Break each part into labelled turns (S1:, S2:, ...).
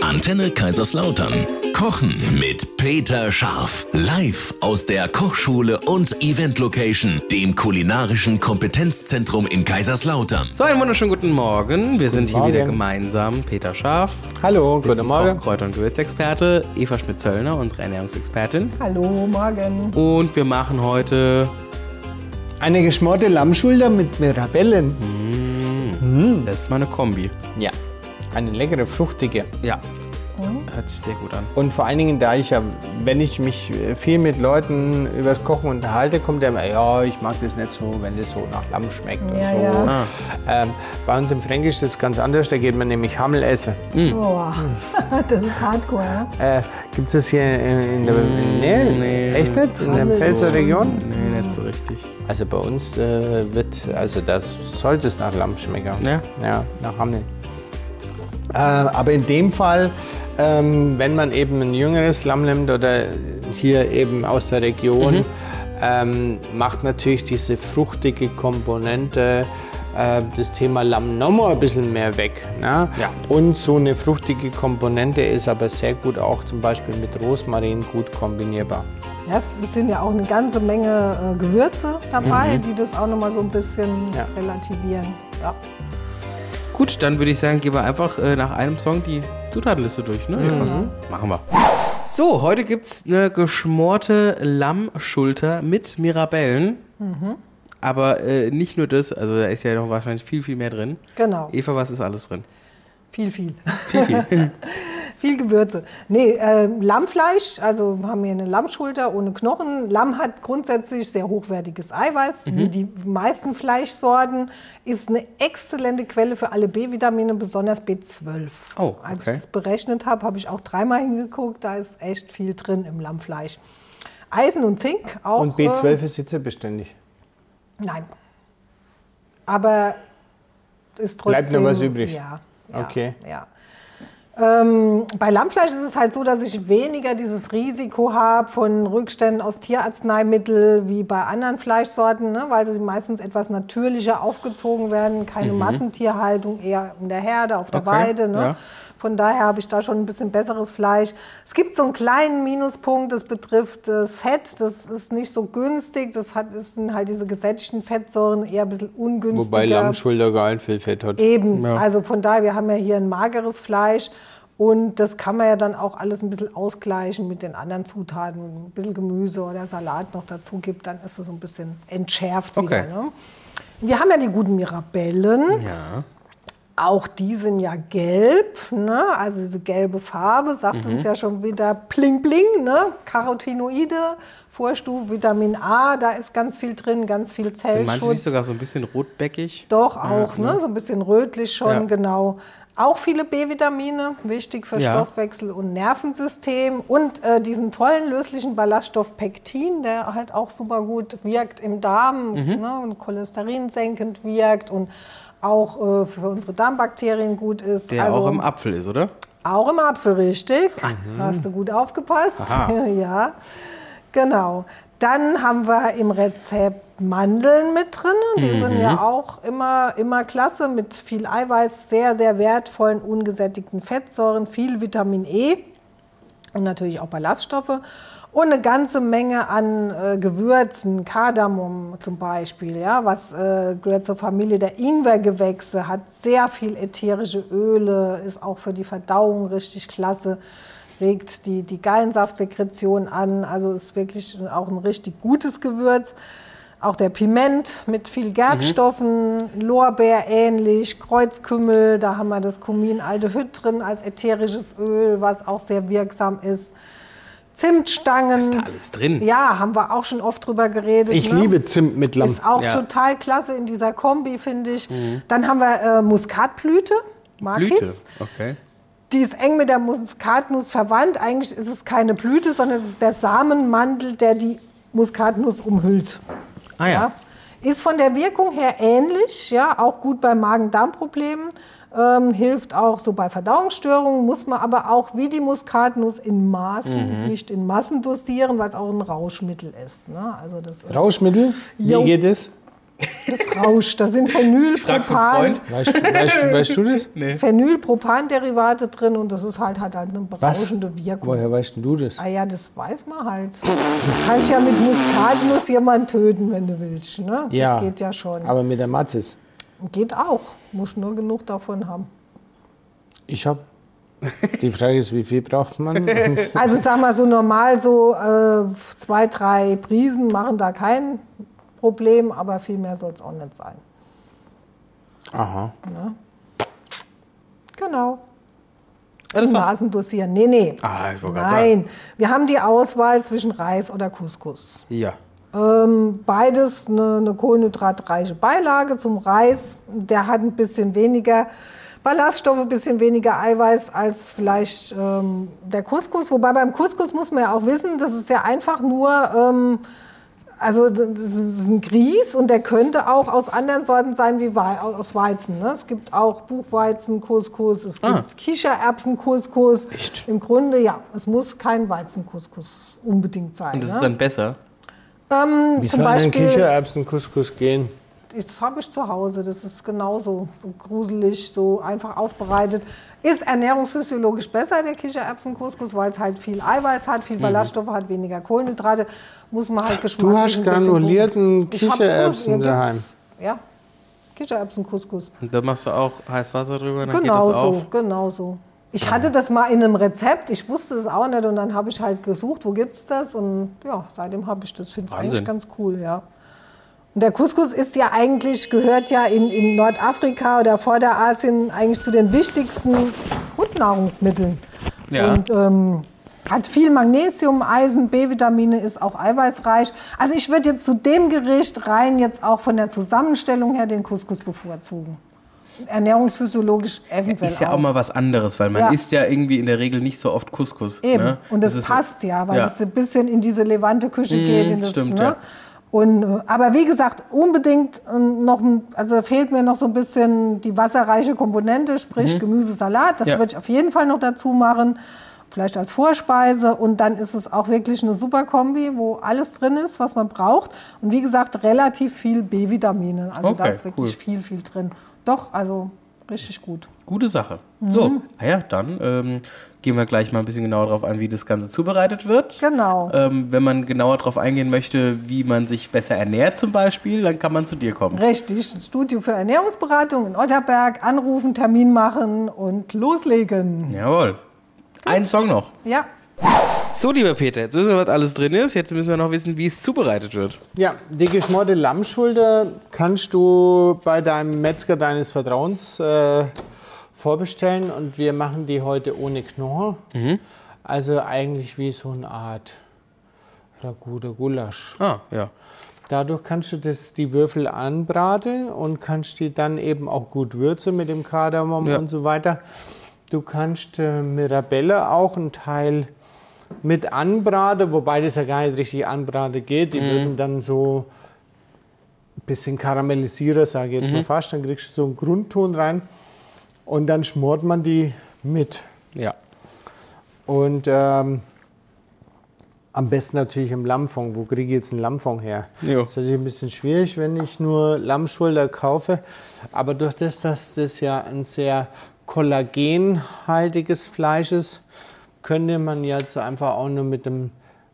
S1: Antenne Kaiserslautern. Kochen mit Peter Scharf. Live aus der Kochschule und Event Location, dem kulinarischen Kompetenzzentrum in Kaiserslautern.
S2: So, einen wunderschönen guten Morgen. Wir sind hier
S3: Morgen.
S2: wieder gemeinsam. Peter Scharf,
S3: Hallo, guten
S2: Sie
S3: Morgen.
S2: Koch, Kräuter- und Gewürzexperte, Eva Schmidt-Zöllner, unsere Ernährungsexpertin.
S4: Hallo, morgen.
S2: Und wir machen heute,
S3: Eine geschmorte Lammschulter mit Mirabellen. Hm.
S2: das ist mal eine Kombi.
S3: Ja, eine leckere, fruchtige.
S2: Ja,
S3: Oh.
S2: hört sich sehr gut an.
S3: Und vor allen Dingen, da ich ja, wenn ich mich äh, viel mit Leuten übers Kochen unterhalte, kommt der immer, ja, ich mag das nicht so, wenn das so nach Lamm schmeckt und
S4: Ja,
S3: so.
S4: ja.
S3: Ähm, bei uns im Fränkisch ist es ganz anders, da geht man nämlich Hammel essen.
S4: Boah, das ist hardcore. ja?
S3: Äh, Gibt es das hier in, in der Nähe?
S2: nee.
S3: Echt nicht? In der
S4: Hammel so.
S3: Pfälzer Region?
S2: Nee, nicht so richtig.
S3: Also bei uns äh, wird, also das sollte es nach Lamm schmecken.
S2: Ja.
S3: Ja, nach Hammel. Äh, aber in dem Fall, ähm, wenn man eben ein jüngeres Lamm nimmt oder hier eben aus der Region,
S2: Mhm.
S3: ähm, macht natürlich diese fruchtige Komponente äh, das Thema Lamm nochmal ein bisschen mehr weg. Ne?
S2: Ja.
S3: Und so eine fruchtige Komponente ist aber sehr gut auch zum Beispiel mit Rosmarin gut kombinierbar.
S4: Ja, Es sind ja auch eine ganze Menge äh, Gewürze dabei, die das auch nochmal so ein bisschen
S3: Mhm. Ja.
S4: relativieren. Ja.
S2: Gut, dann würde ich sagen, gehen wir einfach äh, nach einem Song die Zutatenliste durch, ne?
S3: Mhm.
S2: Eva? Machen wir. So, heute gibt's eine geschmorte Lammschulter mit Mirabellen.
S3: Mhm.
S2: Aber äh, nicht nur das, also da ist ja noch wahrscheinlich viel, viel mehr drin.
S4: Genau,
S2: Eva, was ist alles drin?
S4: viel, viel.
S2: Viel, viel.
S4: Viel Gewürze. Nee, äh, Lammfleisch, also haben wir eine Lammschulter ohne Knochen. Lamm hat grundsätzlich sehr hochwertiges Eiweiß,
S2: Mhm.
S4: wie die meisten Fleischsorten. Ist eine exzellente Quelle für alle B-Vitamine, besonders B12.
S2: Oh,
S4: Als
S2: okay.
S4: ich das berechnet habe, habe ich auch dreimal hingeguckt. Da ist echt viel drin im Lammfleisch. Eisen und Zink auch.
S3: Und B12
S4: äh,
S3: ist hitzebeständig.
S4: nein. Aber ist trotzdem.
S3: Bleibt noch was übrig?
S4: Ja. ja
S3: Okay.
S4: Ja. Ähm, bei Lammfleisch ist es halt so, dass ich weniger dieses Risiko habe von Rückständen aus Tierarzneimitteln wie bei anderen Fleischsorten, ne? weil die meistens etwas natürlicher aufgezogen werden.
S3: Mhm.
S4: Keine Massentierhaltung, eher in der Herde, auf der
S2: Okay,
S4: Weide. Ne?
S2: ja.
S4: Von daher habe ich da schon ein bisschen besseres Fleisch. Es gibt so einen kleinen Minuspunkt, das betrifft das Fett. Das ist nicht so günstig. Das hat, das sind halt diese gesättigten Fettsäuren eher ein bisschen ungünstiger.
S3: Wobei Lammschulter gar nicht viel Fett hat.
S4: Eben,
S2: Ja.
S4: also von daher, wir haben ja hier ein mageres Fleisch und das kann man ja dann auch alles ein bisschen ausgleichen mit den anderen Zutaten. Wenn man Ein bisschen Gemüse oder Salat noch dazu gibt, dann ist es so ein bisschen entschärft
S2: Okay.
S4: wieder. Ne? Wir haben ja die guten Mirabellen.
S2: ja.
S4: Auch die sind ja gelb, ne? also diese gelbe Farbe sagt
S2: Mhm.
S4: uns ja schon wieder bling bling, ne? Carotinoide, Vorstufe Vitamin A, da ist ganz viel drin, ganz viel
S2: Sind
S4: Zellschutz.
S2: manche nicht sogar so ein bisschen rotbäckig?
S4: Doch, auch, ne? so ein bisschen rötlich schon,
S2: Ja.
S4: genau. Auch viele B-Vitamine, wichtig für
S2: Ja.
S4: Stoffwechsel und Nervensystem. Und äh, diesen tollen löslichen Ballaststoff Pektin, der halt auch super gut wirkt im Darm
S2: Mhm.
S4: ne? und cholesterinsenkend wirkt und auch äh, für unsere Darmbakterien gut ist.
S2: Der
S4: Also
S2: auch im Apfel ist, oder?
S4: auch im Apfel, richtig. Hast du gut aufgepasst?
S2: Aha.
S4: ja, genau. Dann haben wir im Rezept Mandeln mit drin. Die sind ja auch immer, immer klasse mit viel Eiweiß, sehr, sehr wertvollen, ungesättigten Fettsäuren, viel Vitamin E und natürlich auch Ballaststoffe und eine ganze Menge an äh, Gewürzen, Kardamom zum Beispiel, ja, was äh, gehört zur Familie der Ingwergewächse, hat sehr viel ätherische Öle, ist auch für die Verdauung richtig klasse, regt die, die Gallensaftsekretion an, also ist wirklich auch ein richtig gutes Gewürz. Auch der Piment mit viel Gerbstoffen,
S2: Mhm.
S4: Lorbeer ähnlich, Kreuzkümmel, da haben wir das Kuminaldehyd drin als ätherisches Öl, was auch sehr wirksam ist. Zimtstangen.
S2: Ist da alles drin?
S4: Ja, haben wir auch schon oft drüber geredet.
S3: Ich
S4: ne?
S3: liebe Zimt mit Lamm.
S4: Ist auch
S2: Ja. Mhm.
S4: total klasse in dieser Kombi, finde ich. Dann haben wir äh, Muskatblüte. Mag
S2: Blüte.
S4: ich's.
S2: Okay.
S4: Die ist eng mit der Muskatnuss verwandt. Eigentlich ist es keine Blüte, sondern es ist der Samenmantel, der die Muskatnuss umhüllt.
S2: Ah ja.
S4: Ja. Ist von der Wirkung her ähnlich, ja, auch gut bei Magen-Darm-Problemen, ähm, hilft auch so bei Verdauungsstörungen, muss man aber auch wie die Muskatnuss in Maßen, nicht in Massen dosieren, weil es auch ein Rauschmittel ist. Ne? Also das ist
S3: Rauschmittel,
S4: Jo.
S3: wie geht es?
S4: Das rauscht. Da sind
S2: Frag von
S4: Phenylpropan,
S2: Freund.
S3: Weißt, weißt, weißt du das?
S2: Nee.
S4: Phenylpropanderivate drin und das ist halt halt eine berauschende Wirkung.
S3: Woher weißt denn du das?
S4: Ah ja, das weiß man halt. Du kannst ja mit Muskatnuss jemanden töten, wenn du willst. Ne?
S3: Ja.
S4: Das geht ja schon.
S3: Aber mit der Matzis.
S4: Geht auch. Muss nur genug davon haben.
S3: Ich habe. Die Frage ist, wie viel braucht man? Und
S4: Also ich sag mal so normal, so äh, zwei, drei Prisen machen da kein Problem, aber viel mehr soll es auch nicht sein.
S3: Aha.
S4: Genau.
S2: Ah, das war's.
S4: Nasendosieren. Nee, nee.
S2: Ah, ich wollte gerade sagen.
S4: Nein. Wir haben die Auswahl zwischen Reis oder Couscous.
S2: Ja.
S4: Ähm, beides eine, eine kohlenhydratreiche Beilage zum Reis. Der hat ein bisschen weniger Ballaststoffe, ein bisschen weniger Eiweiß als vielleicht ähm, der Couscous. Wobei beim Couscous muss man ja auch wissen, das ist ja einfach nur, ähm, also das ist ein Grieß und der könnte auch aus anderen Sorten sein wie Wei aus Weizen. Ne? Es gibt auch Buchweizen, Couscous, es gibt
S2: Ah.
S4: Kichererbsen, Couscous.
S2: Echt?
S4: Im Grunde ja, es muss kein Weizen Couscous unbedingt sein.
S2: Und das
S4: ne?
S2: ist dann besser.
S4: Ähm,
S3: Wie
S4: zum
S3: soll denn
S4: Beispiel,
S3: Kichererbsen-Couscous gehen?
S4: das habe ich zu Hause, das ist genauso gruselig, so einfach aufbereitet. Ist ernährungsphysiologisch besser, der Kichererbsen-Couscous, weil es halt viel Eiweiß hat,
S2: Mhm.
S4: viel Ballaststoffe hat, weniger Kohlenhydrate, muss man halt geschmacklich
S3: hast
S4: ein bisschen
S3: granulierten
S4: gucken. Ich hab
S3: Kichererbsen
S4: Kous- ja,
S3: daheim.
S4: gibt's. Ja, Kichererbsen-Couscous.
S2: Und dann machst du auch heiß Wasser drüber, dann
S4: Genau
S2: geht das auf.
S4: so, genau so. Ich hatte das mal in einem Rezept, ich wusste es auch nicht und dann habe ich halt gesucht, wo gibt's das und ja, seitdem habe ich das. Finde ich
S2: Wahnsinn.
S4: eigentlich ganz cool, ja. Und der Couscous ist ja eigentlich, gehört ja in, in Nordafrika oder Vorderasien eigentlich zu den wichtigsten Grundnahrungsmitteln.
S2: Ja.
S4: Und ähm, hat viel Magnesium, Eisen, B-Vitamine, ist auch eiweißreich. Also ich würde jetzt zu dem Gericht rein jetzt auch von der Zusammenstellung her den Couscous bevorzugen. Ernährungsphysiologisch eventuell
S2: Ist ja auch mal was anderes, weil man
S4: Ja.
S2: isst ja irgendwie in der Regel nicht so oft Couscous.
S4: Eben.
S2: Ne?
S4: Und das,
S2: ist so- Mhm,
S4: passt ja, weil das ein bisschen in diese Levante-Küche geht. In das,
S2: stimmt,
S4: ne?
S2: ja.
S4: Und, äh, aber wie gesagt, unbedingt ähm, noch, ein- also da fehlt mir noch so ein bisschen die wasserreiche Komponente, sprich Gemüsesalat. Das
S2: Mhm. Ja.
S4: würde ich auf jeden Fall noch dazu machen. Vielleicht als Vorspeise. Und dann ist es auch wirklich eine super Kombi, wo alles drin ist, was man braucht. Und wie gesagt, relativ viel B-Vitamine. Also da
S2: Okay,
S4: ist wirklich
S2: cool.
S4: viel, viel drin. Doch, also richtig gut.
S2: Gute Sache.
S4: Mhm.
S2: So, ah ja, dann ähm, gehen wir gleich mal ein bisschen genauer darauf ein, wie das Ganze zubereitet wird.
S4: Genau.
S2: Ähm, wenn man genauer darauf eingehen möchte, wie man sich besser ernährt zum Beispiel, dann kann man zu dir kommen.
S4: Richtig, ein Studio für Ernährungsberatung in Otterberg. Anrufen, Termin machen und loslegen.
S2: Jawohl. Einen Song noch.
S4: Ja,
S2: So, lieber Peter, jetzt wissen wir, was alles drin ist. Jetzt müssen wir noch wissen, wie es zubereitet wird.
S3: Ja, die geschmorte Lammschulter kannst du bei deinem Metzger deines Vertrauens äh, vorbestellen und wir machen die heute ohne Knochen. Also eigentlich wie so eine Art Ragout oder Gulasch.
S2: Ah, ja.
S3: Dadurch kannst du das, die Würfel anbraten und kannst die dann eben auch gut würzen mit dem Kardamom
S2: Ja.
S3: und so weiter. Du kannst äh, Mirabelle auch einen Teil mit anbraten, wobei das ja gar nicht richtig anbraten geht. Die würden dann so ein bisschen karamellisieren, sage ich jetzt mal fast. Dann kriegst du so einen Grundton rein und dann schmort man die mit.
S2: Ja.
S3: Und ähm, am besten natürlich im Lammfond. Wo kriege ich jetzt einen Lammfond her?
S2: Jo.
S3: Das ist natürlich ein bisschen schwierig, wenn ich nur Lammschulter kaufe. Aber durch das, dass das ja ein sehr kollagenhaltiges Fleisch ist, könnte man ja jetzt einfach auch nur mit dem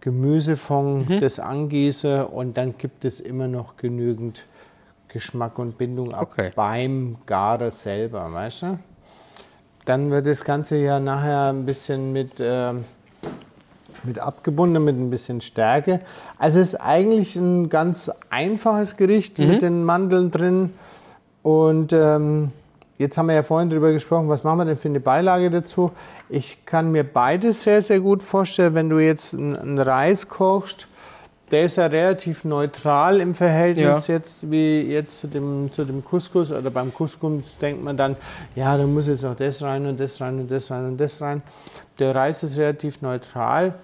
S3: Gemüsefond das angießen und dann gibt es immer noch genügend Geschmack und Bindung ab
S2: Okay.
S3: beim Gare selber, weißt du? Dann wird das Ganze ja nachher ein bisschen mit, ähm, mit abgebunden, mit ein bisschen Stärke. Also es ist eigentlich ein ganz einfaches Gericht mit den Mandeln drin. Und ähm, jetzt haben wir ja vorhin drüber gesprochen, was machen wir denn für eine Beilage dazu? Ich kann mir beides sehr, sehr gut vorstellen. Wenn du jetzt einen einen Reis kochst, der ist ja relativ neutral im Verhältnis
S2: Ja.
S3: jetzt wie jetzt zu dem, zu dem Couscous oder beim Couscous denkt man dann, ja, da muss jetzt noch das rein und das rein und das rein und das rein. Der Reis ist relativ neutral.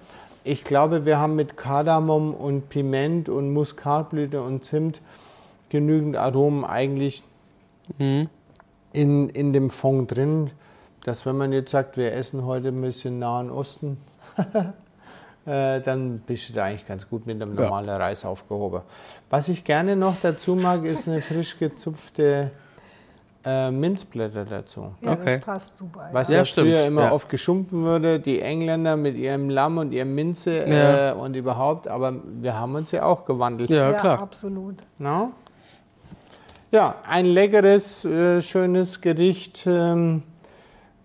S3: Ich glaube, wir haben mit Kardamom und Piment und Muskatblüte und Zimt genügend Aromen eigentlich in, in dem Fond drin, dass wenn man jetzt sagt, wir essen heute ein bisschen Nahen Osten, äh, dann bist du da eigentlich ganz gut mit einem normalen Reis aufgehoben. Was ich gerne noch dazu mag, ist eine frisch gezupfte äh, Minzblätter dazu.
S4: Ja,
S2: Okay.
S4: das passt super.
S3: Was
S2: Ja,
S3: ja,
S2: stimmt,
S3: früher immer
S2: ja.
S3: oft geschumpen wurde, die Engländer mit ihrem Lamm und ihrem Minze
S2: Ja.
S3: äh, und überhaupt, aber wir haben uns ja auch gewandelt.
S2: Ja, klar.
S4: absolut.
S3: Na? Ja, ein leckeres, äh, schönes Gericht, ähm,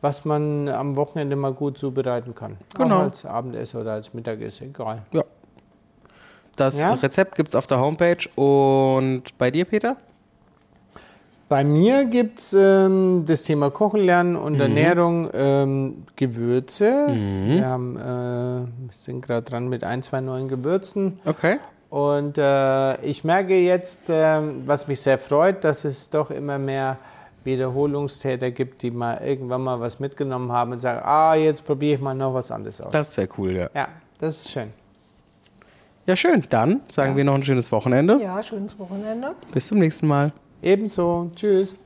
S3: was man am Wochenende mal gut zubereiten kann.
S2: Genau.
S3: Auch als Abendessen oder als Mittagessen, egal.
S2: Das
S3: Ja.
S2: Rezept gibt's auf der Homepage. Und bei dir, Peter?
S3: Bei mir gibt es ähm, das Thema Kochen lernen und Ernährung, ähm, Gewürze. Wir haben, äh, sind gerade dran mit ein, zwei neuen Gewürzen.
S2: Okay.
S3: Und äh, ich merke jetzt, ähm, was mich sehr freut, dass es doch immer mehr Wiederholungstäter gibt, die mal irgendwann mal was mitgenommen haben und sagen, ah, jetzt probiere ich mal noch was anderes aus.
S2: Das ist sehr cool, ja.
S3: ja, das ist schön.
S2: Ja, schön. Dann sagen wir noch ein schönes Wochenende.
S4: Ja, schönes Wochenende.
S2: Bis zum nächsten Mal.
S3: Ebenso. Tschüss.